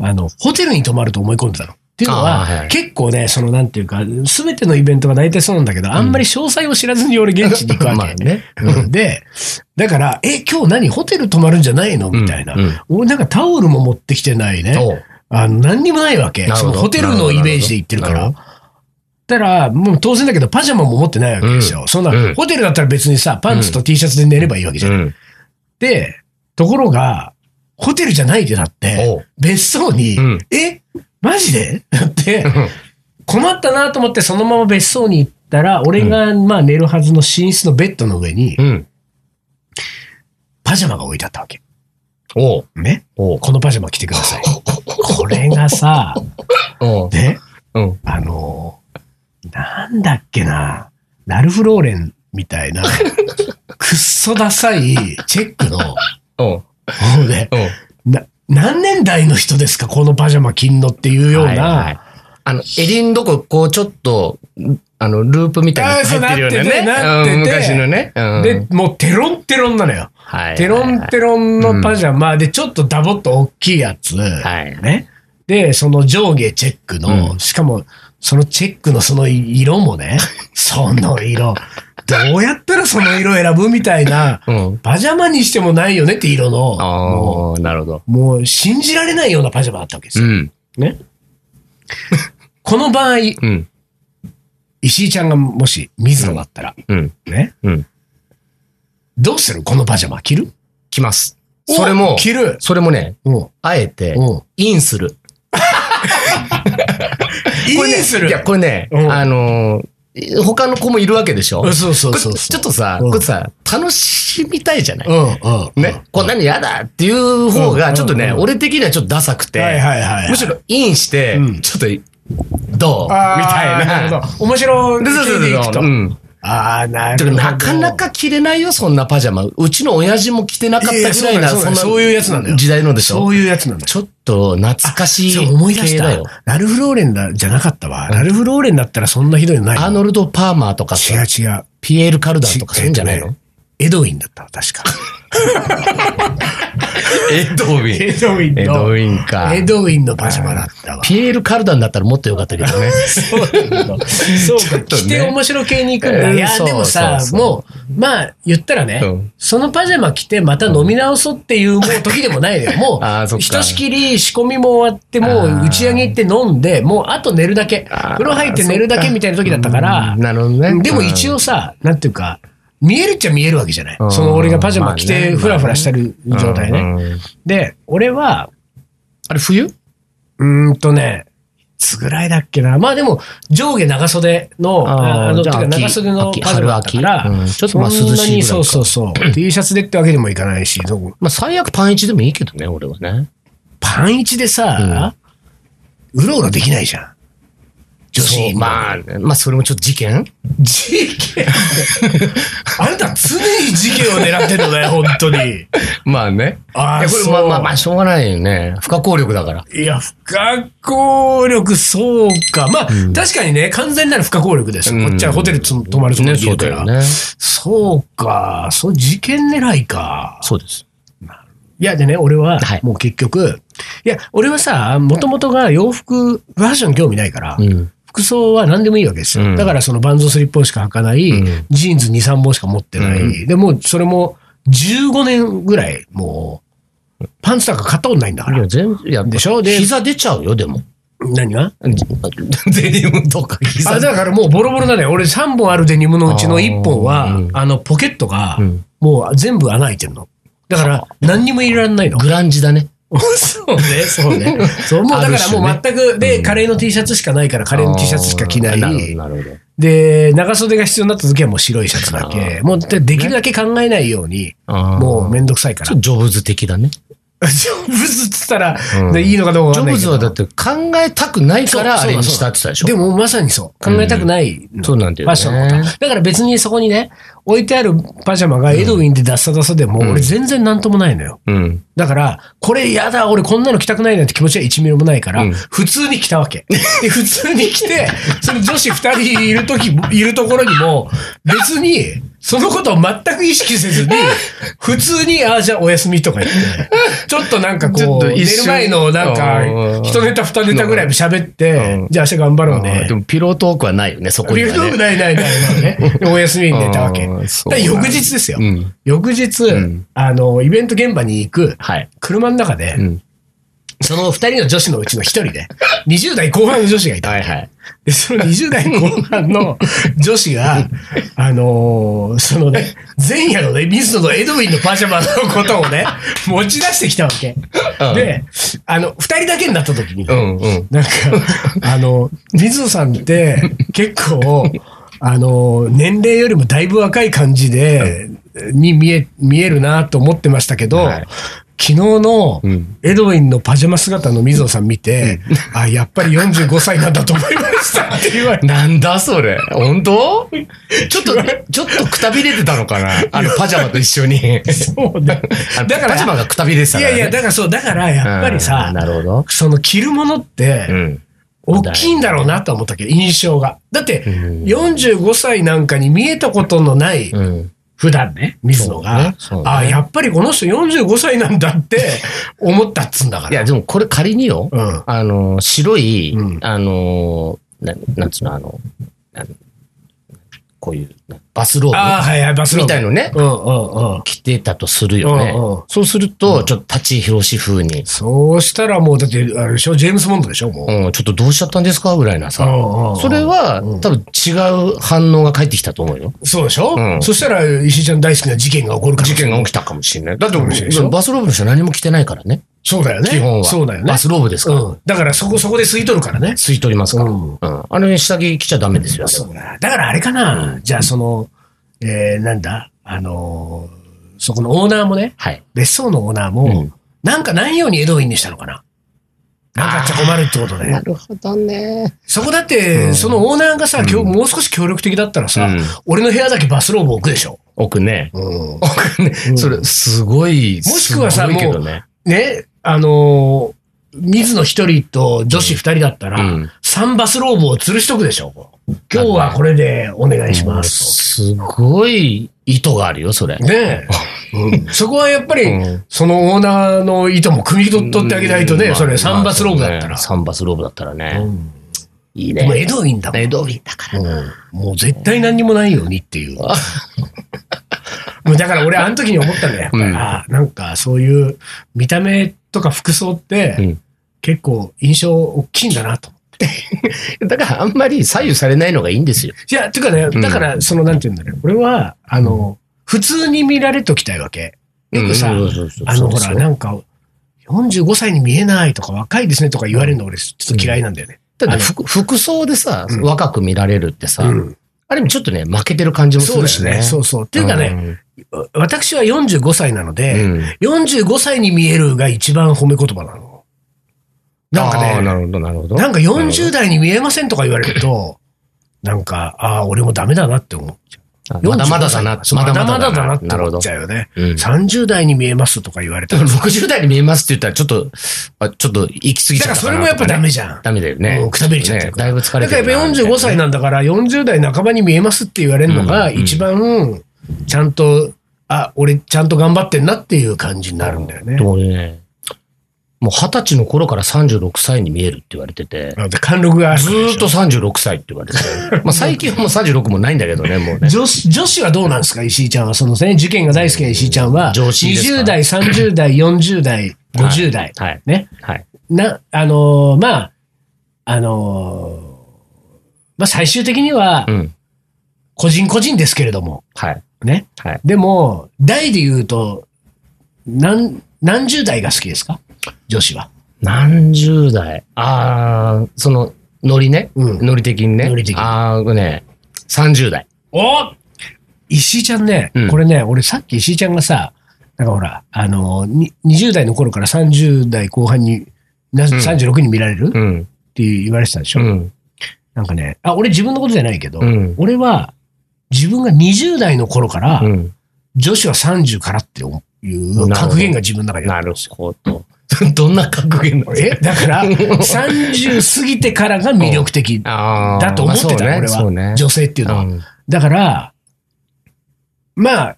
Speaker 1: あの、ホテルに泊まると思い込んでたの。っていうのは、
Speaker 2: あーはい
Speaker 1: 結構ね、そのなんていうか、すべてのイベントが大体そうなんだけど、あんまり詳細を知らずに俺現地に行くわけ。
Speaker 2: まあね
Speaker 1: うんで、だから、え、今日何ホテル泊まるんじゃないのみたいな、
Speaker 2: うんうん
Speaker 1: 俺なんかタオルも持ってきてないね。
Speaker 2: そう。
Speaker 1: あの、何にもないわけ。
Speaker 2: なる
Speaker 1: そ
Speaker 2: ほ
Speaker 1: の
Speaker 2: ど
Speaker 1: ホテルのイメージで行ってるか
Speaker 2: な
Speaker 1: ら
Speaker 2: るほ。
Speaker 1: だから、もう当然だけど、パジャマも持ってないわけですよ。
Speaker 2: うん
Speaker 1: そんな、
Speaker 2: うん
Speaker 1: ホテルだったら別にさ、パンツと T シャツで寝ればいいわけじゃん。
Speaker 2: うん。
Speaker 1: で、ところが、ホテルじゃないでだって、
Speaker 2: おう
Speaker 1: 別荘に、
Speaker 2: うん
Speaker 1: えマジで だって、困ったなと思ってそのまま別荘に行ったら、俺がまあ寝るはずの寝室のベッドの上に
Speaker 2: う、ん。
Speaker 1: パジャマが置いてあったわけ。
Speaker 2: おう
Speaker 1: ね
Speaker 2: おう
Speaker 1: このパジャマ着てくだ さい。これがさ、
Speaker 2: おう
Speaker 1: ね、
Speaker 2: うん。
Speaker 1: あのーなんだっけな、ラルフ・ローレンみた いな、くっそダサいチェックの、も
Speaker 2: おう
Speaker 1: うね、
Speaker 2: おう
Speaker 1: な何年代の人ですか、このパジャマ着んのっていうような、
Speaker 2: はいはいあの、襟んどこ、こう、ちょっと、あの、ループみたいなのが入ってるようなね。
Speaker 1: あーそうなっててなってて
Speaker 2: うん昔のね。うん
Speaker 1: で、、もうテロンテロンなのよ。
Speaker 2: はい
Speaker 1: テロンテロンのパジャマで、ちょっとダボっと大きいやつ。
Speaker 2: はい。
Speaker 1: ね。で、その上下チェックの、
Speaker 2: う
Speaker 1: しかも、そのチェックのその色も ね、その色、どうやったらその色選ぶみたいな、
Speaker 2: うん。
Speaker 1: パジャマにしてもないよねって色の、も
Speaker 2: ああ、なるほど。
Speaker 1: う、もう信じられないようなパジャマだったわけです
Speaker 2: う
Speaker 1: よ。
Speaker 2: ん。
Speaker 1: ね。この場合、
Speaker 2: うん。
Speaker 1: 石井ちゃんがもし水野だったら、
Speaker 2: うん。
Speaker 1: ね。
Speaker 2: うん。
Speaker 1: どうするこのパジャマ着る
Speaker 2: 来ます。それも
Speaker 1: お、着る。
Speaker 2: それもね、
Speaker 1: うん。
Speaker 2: あえて、
Speaker 1: うん。
Speaker 2: インする。
Speaker 1: こ
Speaker 2: こ
Speaker 1: れ
Speaker 2: れ
Speaker 1: ね
Speaker 2: ねいや、これね、
Speaker 1: うん
Speaker 2: あのー他の子もいるわけでしょ
Speaker 1: うんそうそうそうそう
Speaker 2: これちょっとさ、
Speaker 1: うん
Speaker 2: これさ、楽しみたいじゃない、
Speaker 1: うんうん。
Speaker 2: ね、こんなに嫌だっていう方
Speaker 1: う
Speaker 2: が、
Speaker 1: ん
Speaker 2: ちょっとね、
Speaker 1: うん
Speaker 2: 俺的にはちょっとダサくて、
Speaker 1: はいはいはいはい
Speaker 2: むしろインして、
Speaker 1: うん
Speaker 2: ちょっと、どうみ
Speaker 1: あー
Speaker 2: たいな。
Speaker 1: るほど面白い
Speaker 2: でそうそうそう
Speaker 1: 系でいくと
Speaker 2: うん
Speaker 1: ああ、な
Speaker 2: て
Speaker 1: るほ
Speaker 2: か
Speaker 1: ど。
Speaker 2: なかなか着れないよ、そんなパジャマ。うちの親父も着てなかったぐらい
Speaker 1: いや
Speaker 2: な、
Speaker 1: そうだよそうだよ
Speaker 2: んな
Speaker 1: そういうやつなんだよ
Speaker 2: 時代のでし
Speaker 1: そ
Speaker 2: ょ
Speaker 1: ういうやつなんだ。
Speaker 2: ちょっと懐かしい
Speaker 1: そう思い出し
Speaker 2: 系
Speaker 1: た
Speaker 2: だよ。。
Speaker 1: ラルフ・ローレンだじゃなかったわ。ラルフ・ローレンだったらそんなひどいのない
Speaker 2: アー
Speaker 1: よ。
Speaker 2: ノルド・パーマーとか
Speaker 1: 違う
Speaker 2: さ、
Speaker 1: 違う。
Speaker 2: ピエール・カルダンとかそういうんじゃない
Speaker 1: えっ
Speaker 2: の
Speaker 1: とねエドウィンだったわ、確か。
Speaker 2: エドウィン。
Speaker 1: ドウィ
Speaker 2: エドウィンか。
Speaker 1: エドウィンのパジャマだったわ。
Speaker 2: ピエール・カルダンだったらもっと良かったけどね。
Speaker 1: そうなんだ。そう
Speaker 2: ちょ
Speaker 1: か。
Speaker 2: っとね
Speaker 1: 着て面白系に行くんだ。
Speaker 2: うん
Speaker 1: いや、
Speaker 2: そう
Speaker 1: でもさ
Speaker 2: そう、そう
Speaker 1: もう、まあ、言ったらね
Speaker 2: うん、
Speaker 1: そのパジャマ着てまた飲み直そうっていう、もう時でもないのよ。も
Speaker 2: あーそ
Speaker 1: う、
Speaker 2: っか
Speaker 1: ひとしきり仕込みも終わって、も
Speaker 2: あ
Speaker 1: う
Speaker 2: ー
Speaker 1: 打ち上げ行って飲んで、もうあと寝るだけ。
Speaker 2: あー
Speaker 1: 風呂入って寝るだけみたいな時だったから
Speaker 2: うん、なるほどね。
Speaker 1: でも一応さ、なんていうか、見えるっちゃ見えるわけじゃない。
Speaker 2: うん
Speaker 1: その俺がパジャマ着
Speaker 2: まあ
Speaker 1: て
Speaker 2: ね
Speaker 1: ふらふらしてる
Speaker 2: うん、
Speaker 1: 状態ね。
Speaker 2: うん
Speaker 1: で、俺は、
Speaker 2: あれ冬
Speaker 1: うーんとね、いつぐらいだっけな。まあでも、上下長袖の、ああの、て
Speaker 2: じゃ
Speaker 1: か
Speaker 2: 秋
Speaker 1: 長袖の
Speaker 2: 秋
Speaker 1: パジャマだったから、
Speaker 2: 春秋うんちょっとまあ
Speaker 1: そんなに
Speaker 2: 涼しいぐらいか
Speaker 1: そうそう そう。T シャツでってわけでもいかないし、どこ
Speaker 2: まあ最悪パンイチでもいいけどね、俺はね。
Speaker 1: パンイチでさ、うろうろできないじゃん。女子
Speaker 2: そう
Speaker 1: に。
Speaker 2: まあ、まあそれもちょっと事件
Speaker 1: 事 件あなた常に事件を狙ってんのね、本当に。
Speaker 2: まあね。
Speaker 1: あー
Speaker 2: いやこれ
Speaker 1: そう
Speaker 2: まあまあまあしょうがないよね。不可抗力だから。
Speaker 1: いや、不可抗力、そうか。まあ、確かにね、完全なる不可抗力ですよ。
Speaker 2: うん
Speaker 1: こっちはホテルつ泊まるとこ
Speaker 2: ね、
Speaker 1: にい
Speaker 2: そ
Speaker 1: る
Speaker 2: う
Speaker 1: か
Speaker 2: だ
Speaker 1: ら。
Speaker 2: よね。
Speaker 1: そうか。そう、事件狙いか。
Speaker 2: そうです。
Speaker 1: いや、でね、俺は
Speaker 2: はい、
Speaker 1: もう結局、い、や、俺はさ、もともとが洋服、ファッション興味ないから、
Speaker 2: うん。
Speaker 1: 服装は何でもいいわけですよ。
Speaker 2: うん
Speaker 1: だから、そのバンズスリッポンしか履かない、
Speaker 2: うん
Speaker 1: ジーンズ2、3本しか持ってない。
Speaker 2: う
Speaker 1: でもう、それも、15年ぐらい、もう、パンツなんか買ったことないんだか
Speaker 2: い
Speaker 1: ら。
Speaker 2: や、全然、いや、
Speaker 1: でしょで
Speaker 2: 膝出ちゃうよ、で も。
Speaker 1: 何が
Speaker 2: デニムとか膝
Speaker 1: あだからもうボロボロなのよ。俺3本あるデニムのうちの1本は、あ,、
Speaker 2: あーうん
Speaker 1: の、ポケットが
Speaker 2: うん、
Speaker 1: もう全部穴開いてるの。だから、何にも入れられないの。
Speaker 2: グランジだね。
Speaker 1: そうね、 そうね。そう、もうだからも
Speaker 2: あ
Speaker 1: う
Speaker 2: る
Speaker 1: 全く、で、カレーの T シャツしかないから、カレーの T シャツしか着な
Speaker 2: あーなるほ
Speaker 1: い。
Speaker 2: ど、なるほど。
Speaker 1: で、長袖が必要になった時はもう白いシャツだけ。
Speaker 2: あ
Speaker 1: もうで、できるだけ考えないように、
Speaker 2: あー
Speaker 1: もうめんどくさいか
Speaker 2: ち
Speaker 1: ら
Speaker 2: ょっ。とジョブズ的だね。
Speaker 1: ジョブズっつったら、
Speaker 2: うん
Speaker 1: でいいのかどう
Speaker 2: ジ
Speaker 1: かわかんない
Speaker 2: ョブ
Speaker 1: け
Speaker 2: ズ
Speaker 1: ど。
Speaker 2: はだって考えたくない
Speaker 1: そう
Speaker 2: からあれにした
Speaker 1: そうだそうだ
Speaker 2: って言ったでしょ。
Speaker 1: でもまさにそう。考えたくないの
Speaker 2: そうなんだよ
Speaker 1: ファ
Speaker 2: ね
Speaker 1: ッションのことは。だから別にそこにね、置いてあるパジャマがエドウィンでダッサダサでも、俺全然なんともないのよ。
Speaker 2: うん。
Speaker 1: だから、これやだ、俺こんなの着たくないなんて気持ちは1ミリもないから、
Speaker 2: うん
Speaker 1: 普通に着たわけ。で、普通に着 て、その女子2人いるとき、いるところにも、別に、そのことを全く意識せ ずに、普通に、ああ、じゃあお休みとか言って、ちょっとなんか
Speaker 2: ち
Speaker 1: こ
Speaker 2: ょっ
Speaker 1: う、
Speaker 2: と
Speaker 1: 寝
Speaker 2: 一
Speaker 1: る
Speaker 2: 瞬
Speaker 1: 前のなんか、
Speaker 2: うん
Speaker 1: 一ネタ二ネタぐらい喋って
Speaker 2: うん、
Speaker 1: じゃあ明日頑張ろう
Speaker 2: あ
Speaker 1: ね
Speaker 2: ー。でもピロートークはないよね、そこに
Speaker 1: ビ
Speaker 2: は、
Speaker 1: ル
Speaker 2: ね。
Speaker 1: ドームないないないないね。でお休みに寝たわけ。だ
Speaker 2: あ
Speaker 1: か
Speaker 2: ーそう
Speaker 1: ら翌日ですよ。
Speaker 2: うん
Speaker 1: 翌日、
Speaker 2: ん
Speaker 1: あの、イベント現場に行く
Speaker 2: はい。
Speaker 1: 車の中で、
Speaker 2: うん
Speaker 1: その二人の女子のうちの一人で、20代後半の女子がいた。
Speaker 2: はいはい。
Speaker 1: で、その20代後半の女子 が、あのーそのね、前夜のね、水野とエドウィンのパジャマのことをね、持ち出してきたわけ。
Speaker 2: うん
Speaker 1: で、あの、二人だけになった時に、
Speaker 2: うんうん。
Speaker 1: なんか、あの、水野さんって結構、あの、年齢よりもだいぶ若い感じで、に見え、見えるなと思ってましたけど、
Speaker 2: はい
Speaker 1: 昨日の
Speaker 2: うん
Speaker 1: エドウィンのパジャマ姿の水野さん見て、あ、やっぱり45歳なんだと思いま したって言われて。
Speaker 2: なんだそれ本当ちょっと、ちょっとくたびれてたのかなあの、パジャマと一緒に。
Speaker 1: そう だ。
Speaker 2: あの
Speaker 1: だから
Speaker 2: パジャマがくたびれてた
Speaker 1: い
Speaker 2: か
Speaker 1: や
Speaker 2: ら、ね。
Speaker 1: いや、だからそう、だからやっぱり
Speaker 2: う
Speaker 1: さ
Speaker 2: ん、なるほど。
Speaker 1: その着るものって、
Speaker 2: うん。
Speaker 1: 大きいんだろうなと思ったけど、印象が。だって、
Speaker 2: うん
Speaker 1: 45歳なんかに見えたことのない、
Speaker 2: うん。
Speaker 1: 普段ね、水野が、
Speaker 2: そうねそうね
Speaker 1: ああ、やっぱりこの人45歳なんだって 思ったっつんだか
Speaker 2: い
Speaker 1: ら。
Speaker 2: や、でもこれ仮によ、
Speaker 1: うん
Speaker 2: あの、白い、
Speaker 1: うん
Speaker 2: あの、ななんつうの、あの、なんこういう、バスロ
Speaker 1: ああ、
Speaker 2: ー
Speaker 1: はいはい、バス
Speaker 2: ブ
Speaker 1: ローブ
Speaker 2: みたいのね、
Speaker 1: うんうんうん。
Speaker 2: 着てたとするよね。
Speaker 1: うんうん
Speaker 2: そうすると、ちょっと立ち広し風に、
Speaker 1: そうしたらもう、だって、あれでしょ、ジェームス・モンドでしょ、もう。
Speaker 2: うん、ちょっとどうしちゃったんですかぐらいなさ。
Speaker 1: うんうん
Speaker 2: それは、多分違う反応が返ってきたと思うよ。
Speaker 1: そうでしょ、
Speaker 2: うん
Speaker 1: そしたら、石井ちゃん大好きな事件が起こるから。
Speaker 2: 事件が起きたかもしれない。だって、
Speaker 1: かもしれないでしょ
Speaker 2: バスローブの人は何も着てないからね。
Speaker 1: そうだよね。
Speaker 2: 基本は。
Speaker 1: そうだよね
Speaker 2: バ。スローブですから。
Speaker 1: うん。だから、そこ、そこで吸い取るからね。
Speaker 2: 吸い取りますから。
Speaker 1: う
Speaker 2: うんん。あの下着着ちゃダメですよ。あれは
Speaker 1: そうだ。だからあれかな、じゃあ、その、えー、なんだあのーそこのオーナーもね、
Speaker 2: はい。
Speaker 1: 別荘のオーナーも、
Speaker 2: うん
Speaker 1: なんかないように江戸院にしたのかな。なんかあっちゃ困るってことで。
Speaker 2: るほどね。
Speaker 1: そこだって、
Speaker 2: うん
Speaker 1: そのオーナーがさ、今日もう少し協力的だったらさ、
Speaker 2: うん
Speaker 1: 俺の部屋だけバスローブ置くでしょ。
Speaker 2: 奥ね。
Speaker 1: うん、
Speaker 2: 奥ね
Speaker 1: うん。
Speaker 2: それ、すごい、
Speaker 1: もしくはさ
Speaker 2: すごいけどね。
Speaker 1: ね、あのー水野一人と女子二人だったら、
Speaker 2: うん
Speaker 1: 三バスローブを吊るしとくでしょ。今日はこれでお願いします
Speaker 2: すごい意図があるよ、それ
Speaker 1: と。。ねえ、そこはやっぱり、
Speaker 2: うん
Speaker 1: そのオーナーの意図も汲み取ってあげないとね、
Speaker 2: うん
Speaker 1: そ
Speaker 2: ま
Speaker 1: れ
Speaker 2: あ
Speaker 1: 三バスローブだった
Speaker 2: ま
Speaker 1: ら
Speaker 2: あ。そうね三バスローブだったら
Speaker 1: う
Speaker 2: ね。
Speaker 1: ん
Speaker 2: いい
Speaker 1: でも江
Speaker 2: ね。
Speaker 1: 戸院だもん。
Speaker 2: 江戸瓶だからな。
Speaker 1: もう絶対何にもないようにっていう。もうだから俺あの時に思ったんだよ。やっぱり
Speaker 2: うん
Speaker 1: あーなんかそういう見た目とか服装って、
Speaker 2: うん
Speaker 1: 結構印象大きいんだなと。
Speaker 2: だからあんまり左右されないのがいいんですよ。
Speaker 1: いや、ていうかね、
Speaker 2: ん
Speaker 1: だからそのなんて言うんだろう。俺は、あの、普通に見られときたいわけ。よくさ、
Speaker 2: うんそうそうそう
Speaker 1: あのほ
Speaker 2: そ
Speaker 1: ら、
Speaker 2: うそう
Speaker 1: なんか、45歳に見えないとか若いですねとか言われるの俺ちょっと嫌いなんだよね。
Speaker 2: ただ服服装でさ
Speaker 1: うん、
Speaker 2: 若く見られるってさ、
Speaker 1: うん
Speaker 2: ある意味ちょっとね、負けてる感じもす
Speaker 1: そう
Speaker 2: る
Speaker 1: で
Speaker 2: し
Speaker 1: す
Speaker 2: ね。
Speaker 1: ね。そうそう。っていうかね、私は45歳なの
Speaker 2: うん、
Speaker 1: で、
Speaker 2: うん
Speaker 1: 45歳に見えるが一番褒め言葉なの。なんか
Speaker 2: あー
Speaker 1: ね、
Speaker 2: なるほど、なるほど。
Speaker 1: なんか
Speaker 2: なるほ
Speaker 1: 40代に見えませんとか言われる と、なんか、ああ、俺もダメだなって思う。
Speaker 2: あまだまだだな。
Speaker 1: そうまだまだだなって
Speaker 2: なるほ
Speaker 1: 思
Speaker 2: ど
Speaker 1: っち。ゃうよね。
Speaker 2: うん
Speaker 1: 30代に見えますとか言われた
Speaker 2: だ
Speaker 1: ら。
Speaker 2: か
Speaker 1: だ
Speaker 2: ら60代に見えますって言ったら、ちょっと、あちょっと行き過ぎち
Speaker 1: から
Speaker 2: ゃった
Speaker 1: そ
Speaker 2: か
Speaker 1: れ
Speaker 2: な
Speaker 1: もやっぱ
Speaker 2: とか
Speaker 1: ダ
Speaker 2: ね
Speaker 1: メじゃん。
Speaker 2: ダメだよね
Speaker 1: もう。くたびれちゃってる
Speaker 2: ね
Speaker 1: か
Speaker 2: だ
Speaker 1: ら。
Speaker 2: いぶ疲
Speaker 1: だ
Speaker 2: れて
Speaker 1: から
Speaker 2: るな。
Speaker 1: やっぱ45歳なんだから、40代半ばに見えますって言われるのが、
Speaker 2: うん
Speaker 1: 一番、ちゃんと、あ、俺ちゃんと頑張ってんなっていう感じになるんだよね
Speaker 2: で。も俺ね、もう二十歳の頃から36歳に見えるって言われてて、
Speaker 1: あで貫禄がある
Speaker 2: ずーっと36歳って言われて て、まあ最近はもう36もないんだけどね、もうね。
Speaker 1: 女子、女子はどうなんですか石井ちゃんは。そのね、受験が大好きな石井ちゃんは、
Speaker 2: 女子ですか
Speaker 1: 20代、30代、40代、50代。
Speaker 2: はい。
Speaker 1: ね。
Speaker 2: はい。
Speaker 1: な、あのーまあ、あのーまあ最終的には
Speaker 2: う、ん。
Speaker 1: 個人個人ですけれども、
Speaker 2: はい。
Speaker 1: ね。
Speaker 2: はい。
Speaker 1: でも、代で言うと、何、何十代が好きですか女子は。
Speaker 2: 何十代ああ、その、ノリね。
Speaker 1: うん
Speaker 2: ノリ的にね。
Speaker 1: ノリ的に
Speaker 2: ああ、ね、30代。
Speaker 1: お石井ちゃんね、
Speaker 2: うん
Speaker 1: これね、俺さっき石井ちゃんがさ、なんかほら、あのー、に20代の頃から30代後半に、な36に見られる、っ
Speaker 2: うん。
Speaker 1: て言われてたでし
Speaker 2: う
Speaker 1: ょ、
Speaker 2: ん。
Speaker 1: なんかね、あ、俺自分のことじゃないけど、
Speaker 2: うん
Speaker 1: 俺は自分が20代の頃から、
Speaker 2: うん。
Speaker 1: 女子は30からっていう格言が自分の中にあ
Speaker 2: なるほど。 どんな格言なの
Speaker 1: る。えだから、30過ぎてからが魅力的
Speaker 2: ああ。
Speaker 1: だと思ってた、
Speaker 2: まあ
Speaker 1: 俺は、
Speaker 2: そうね。
Speaker 1: 女性っていうのは。だから、まあ、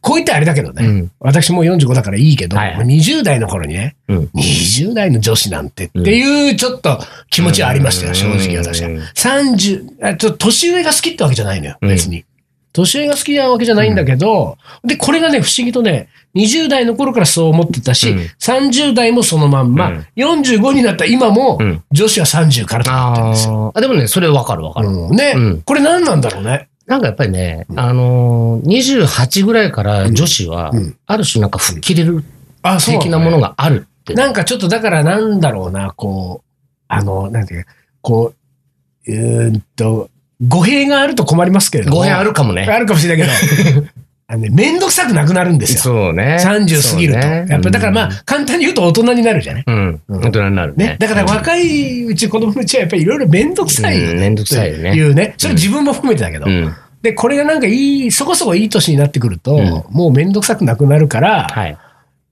Speaker 1: こう言ったらあれだけどね、
Speaker 2: うん
Speaker 1: 私もう45だからいいけど、
Speaker 2: はいはい
Speaker 1: 20代の頃にね、
Speaker 2: うん
Speaker 1: 20代の女子なんてっていうちょっと気持ちはありましたよ、正直私は。
Speaker 2: うん
Speaker 1: 30あ、ちょっと年上が好きってわけじゃないのよ、別に。年上が好きなわけじゃないんだけど、で、これがね、不思議とね、20代の頃からそう思ってたし、
Speaker 2: うん
Speaker 1: 30代もそのまんま、
Speaker 2: うん
Speaker 1: 45になった今も、
Speaker 2: うん
Speaker 1: 女子は30からと思ってるん
Speaker 2: あ
Speaker 1: ですよ。
Speaker 2: ーあ。でもね、それわかるわかる。
Speaker 1: うんね、
Speaker 2: うん
Speaker 1: これ何なんだろうね。
Speaker 2: なんかやっぱりね、あのー、28ぐらいから女子は
Speaker 1: うんうん、
Speaker 2: ある種なんか吹っ切れる
Speaker 1: あ、そう
Speaker 2: 的なものがあるって。
Speaker 1: なんかちょっとだからなんだろうな、こう、あの、なんていうか、こう、うーんと、語弊があると困りますけれども。
Speaker 2: 語弊あるかもね。
Speaker 1: あるかもしれないけ ど、あのね、めんどくさくなくなるんですよ。
Speaker 2: そうね
Speaker 1: 30過ぎると。やっぱりだからまあ、、簡単に言うと大人になるじゃない。
Speaker 2: そうねうん。
Speaker 1: うん
Speaker 2: 大人になるね。
Speaker 1: ね、だから
Speaker 2: うん
Speaker 1: 若いうち、子供のうちはやっぱりいろいろめんどくさい。
Speaker 2: うんめんどくさいよね
Speaker 1: というね。それ自分も含めてだけど。
Speaker 2: うん。
Speaker 1: で、これがなんかいい、そこそこいい年になってくると、
Speaker 2: うん
Speaker 1: もうめんどくさくなくなるから、
Speaker 2: はい。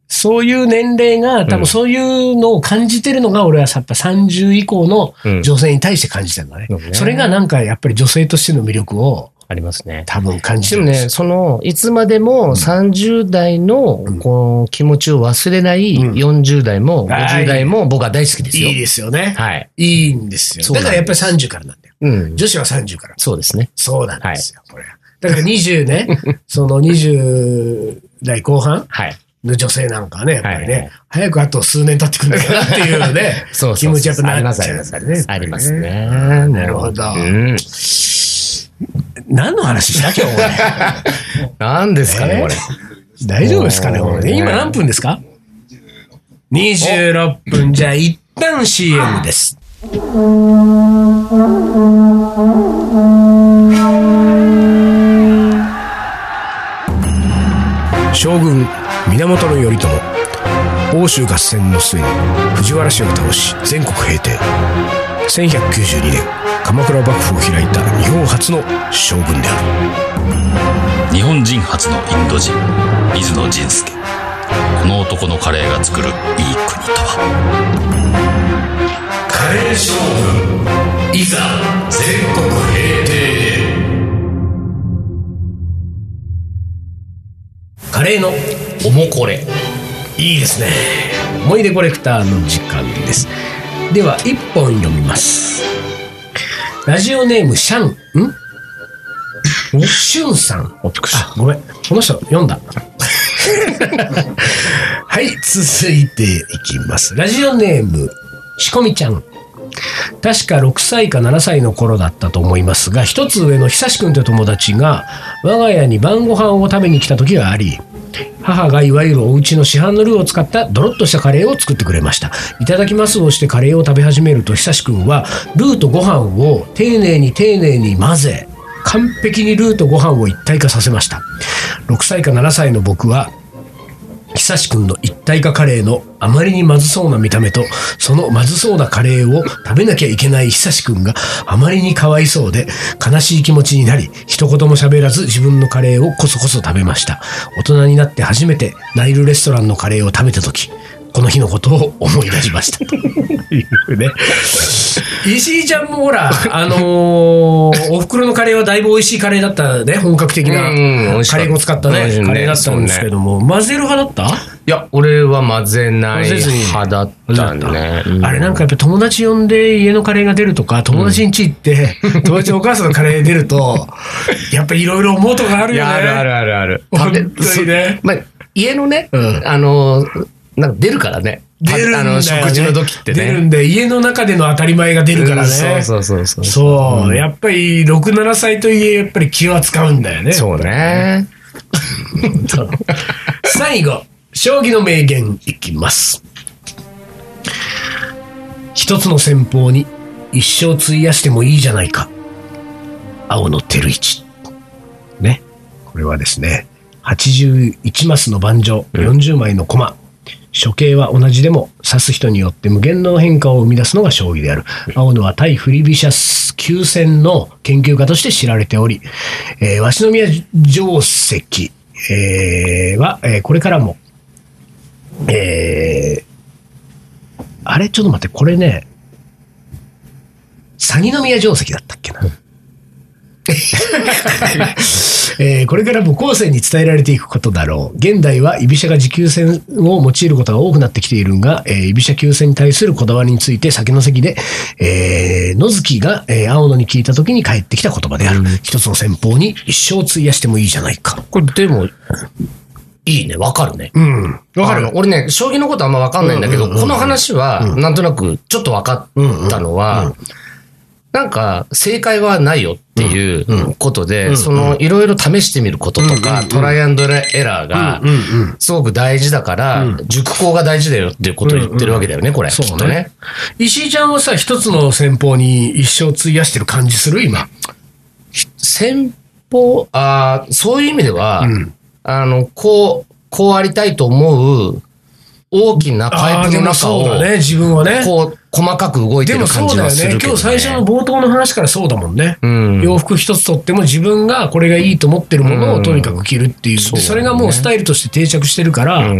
Speaker 1: そういう年齢が、多
Speaker 2: う
Speaker 1: 分
Speaker 2: ん
Speaker 1: そういうのを感じてるのが、俺はやっぱ30以降の
Speaker 2: うん
Speaker 1: 女性に対して感じてるのね。
Speaker 2: そうね
Speaker 1: それがなんかやっぱり女性としての魅力を
Speaker 2: ありますね。
Speaker 1: 多分感じて
Speaker 2: で
Speaker 1: る
Speaker 2: も
Speaker 1: んです
Speaker 2: ね、
Speaker 1: よ。
Speaker 2: その、いつまでも30代の
Speaker 1: うん、
Speaker 2: この気持ちを忘れない
Speaker 1: うん
Speaker 2: 40代も
Speaker 1: あー
Speaker 2: 50代も僕は大好きですよ
Speaker 1: いい。ですよね。
Speaker 2: はい。
Speaker 1: いいんですよ。
Speaker 2: そうな
Speaker 1: だ
Speaker 2: ん
Speaker 1: か
Speaker 2: です
Speaker 1: らやっぱり30からなんだよ。
Speaker 2: うん。
Speaker 1: 女子は30から。
Speaker 2: そうですね。
Speaker 1: そうなんですよ、これ。だから20ね、 その20代後半
Speaker 2: はい。
Speaker 1: の女性なんかはね、やっぱりね、
Speaker 2: はいはい、
Speaker 1: 早くあと数年経ってくるんだなっていうね
Speaker 2: そうそうそう
Speaker 1: 気持ちやっぱ
Speaker 2: あり
Speaker 1: な
Speaker 2: ま
Speaker 1: っ
Speaker 2: す、あ
Speaker 1: ちゃ
Speaker 2: り
Speaker 1: う
Speaker 2: ま
Speaker 1: ん
Speaker 2: す
Speaker 1: だね。。
Speaker 2: あります
Speaker 1: やっ
Speaker 2: ね。
Speaker 1: なるほど
Speaker 2: うん。
Speaker 1: ぱりね。何の話した今日俺。
Speaker 2: 何ですかね、
Speaker 1: えー
Speaker 2: これ。
Speaker 1: 大丈夫ですかね、これね。今何分ですか ?26 分。じゃあ、一旦 CM です。将軍源頼朝欧州合戦の末に藤原氏を倒し全国平定1192年鎌倉幕府を開いた日本初の将軍である
Speaker 3: 日本人初のインド人水野仁介この男のカレーが作るいい国とは
Speaker 1: カレー将軍いざ全国平定カレーの
Speaker 2: おもこれ。
Speaker 1: いいですね思い出コレクターの時間ですでは一本読みますラジオネームシャンんシュンさん
Speaker 2: おつくし。
Speaker 1: あごめんこの人読んだ はい続いていきますラジオネームしこみちゃん確か6歳か7歳の頃だったと思いますが一つ上の久しくんという友達が我が家に晩ご飯を食べに来た時があり母がいわゆるお家の市販のルーを使ったドロッとしたカレーを作ってくれました「いただきます」をしてカレーを食べ始めると久しくんはルーとご飯を丁寧に丁寧に混ぜ完璧にルーとご飯を一体化させました6歳か7歳の僕は久しくんの一体化カレーのあまりにまずそうな見た目とそのまずそうなカレーを食べなきゃいけない久しくんがあまりにかわいそうで悲しい気持ちになり一言も喋らず自分のカレーをこそこそ食べました大人になって初めてナイルレストランのカレーを食べた時この日のことを思い出しましたというね石井ちゃんもほらあのーおふくろのカレーはだいぶ美味しいカレーだったね本格的な
Speaker 2: うんうん美味しか
Speaker 1: カ
Speaker 2: った
Speaker 1: レー粉使った
Speaker 2: 美味しい
Speaker 1: ね
Speaker 2: ね
Speaker 1: カレーだったんですけども混ぜる派だった
Speaker 2: いや、俺は混ぜな
Speaker 1: 混
Speaker 2: い
Speaker 1: ぜずに
Speaker 2: 派だったね。う
Speaker 1: あれなんかやっぱ友達呼んで家のカレーが出るとか、友達ん家行 って、友達のお母さんのカレー出ると、やっぱいろいろ思うとこある
Speaker 2: い
Speaker 1: よね。
Speaker 2: や、あるあるあるある。
Speaker 1: 本当にね
Speaker 2: そまあ、家のね、
Speaker 1: うん
Speaker 2: あの、なんか出るからね。
Speaker 1: 出るんだよ、ね。
Speaker 2: あの、食事の時ってね。
Speaker 1: 出るんで、家の中での当たり前が出るからね。
Speaker 2: うんそうそうそうそう。
Speaker 1: そうやっぱり6、7歳といえ、やっぱり気は使うんだよね。
Speaker 2: そうね。
Speaker 1: そう最後、将棋の名言いきます。一つの戦法に一生費やしてもいいじゃないか。青野照一。ね。これはですね、81マスの盤上、40枚の駒。処刑は同じでも指す人によって無限の変化を生み出すのが将棋である青野は対振り飛車急戦の研究家として知られており、えー、鷲宮定石、えーは、えーこれからも、えーあれちょっと待ってこれね鷺宮定石だったっけなえーこれからも後世に伝えられていくことだろう。現代は居飛車が持久戦を用いることが多くなってきているが、えー居飛車急戦に対するこだわりについて先の席で、えー野月が、えー青野に聞いた時に返ってきた言葉である。一つの戦法に一生費やしてもいいじゃないか。
Speaker 2: これでも、いいね、わかるね。
Speaker 1: うん。わかる
Speaker 2: あの俺ね、将棋のことあんまわかんないんだけど、この話は、なんとなくちょっとわかったのは、なんか、正解はないよっていうことで、その、いろいろ試してみることとか、トライアンドエラーが、すごく大事だから、熟考が大事だよっていうことを言ってるわけだよね、これ。き
Speaker 1: そうね
Speaker 2: っとね。
Speaker 1: 石井ちゃんはさ、一つの戦法に一生費やしてる感じする今。
Speaker 2: 先方、あーそういう意味では、あの、こう、こうありたいと思う、大きなパイプの中
Speaker 1: そう
Speaker 2: を、
Speaker 1: だね、自分はね。
Speaker 2: こう、細かく動いて
Speaker 1: で
Speaker 2: る
Speaker 1: も
Speaker 2: 感
Speaker 1: そう
Speaker 2: じ
Speaker 1: だ
Speaker 2: は
Speaker 1: よ
Speaker 2: す
Speaker 1: ね
Speaker 2: るけど、ね。
Speaker 1: 今日最初の冒頭の話からそうだもんね。
Speaker 2: ん
Speaker 1: 洋服一つとっても自分がこれがいいと思ってるものをとにかく着るっていう。
Speaker 2: うだ
Speaker 1: で
Speaker 2: ね
Speaker 1: それがもうスタイルとして定着してるから、え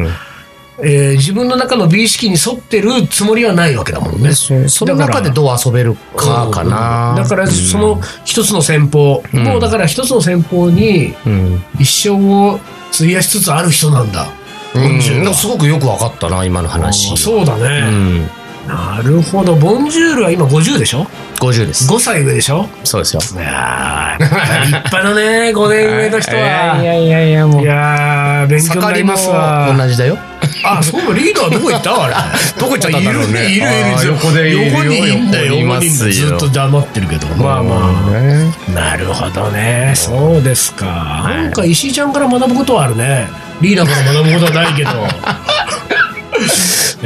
Speaker 1: ー自分の中の美意識に沿ってるつもりはないわけだもんね。
Speaker 2: そその中でどう遊べるかかな。
Speaker 1: だからその一つの戦法、もうだから一つの戦法に
Speaker 2: うん、
Speaker 1: 一生を費やしつつある人なんだ。
Speaker 2: うん、なんかすごくよくわかったな、今の話。
Speaker 1: あそうだ
Speaker 2: う
Speaker 1: ね、
Speaker 2: ん、
Speaker 1: なるほど。ボンジュールは今50でしょ
Speaker 2: 50です。
Speaker 1: ?5 歳上でしょ
Speaker 2: そうですよ。
Speaker 1: いやーやっぱり立派だね、5年上の人は。
Speaker 2: いやいや、も
Speaker 1: い。やー、勉強にな
Speaker 2: 盛
Speaker 1: り
Speaker 2: りも
Speaker 1: ますわ。
Speaker 2: 同じだよ。
Speaker 1: あ、そうか、リーダーどこ行ったあれ。どこ行っ
Speaker 2: ったんだろ
Speaker 1: い
Speaker 2: うね
Speaker 1: るね、いるいる。
Speaker 2: あー横でいるよ
Speaker 1: 横にいるんだよ、
Speaker 2: 横にい
Speaker 1: 横
Speaker 2: ま
Speaker 1: にいるん
Speaker 2: す
Speaker 1: だよ。
Speaker 2: よ
Speaker 1: ずっと黙ってるけど。まあま
Speaker 2: ね
Speaker 1: あ。なるほどね。そうですか。なんか石井ちゃんから学ぶことはあるね。リーダーから学ぶことはないけど。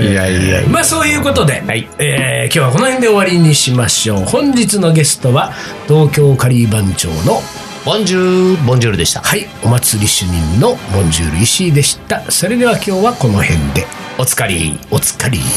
Speaker 2: いやいや
Speaker 1: まあそういうことで、
Speaker 2: はい
Speaker 1: えー今日はこの辺で終わりにしましょう。本日のゲストは、東京カリー番長の
Speaker 2: ボンジュール、ボンジュールでした。
Speaker 1: はい、お祭り主任のモンジュール石井でした。それでは今日はこの辺で。
Speaker 2: お疲れ。
Speaker 1: おつかり。
Speaker 2: 「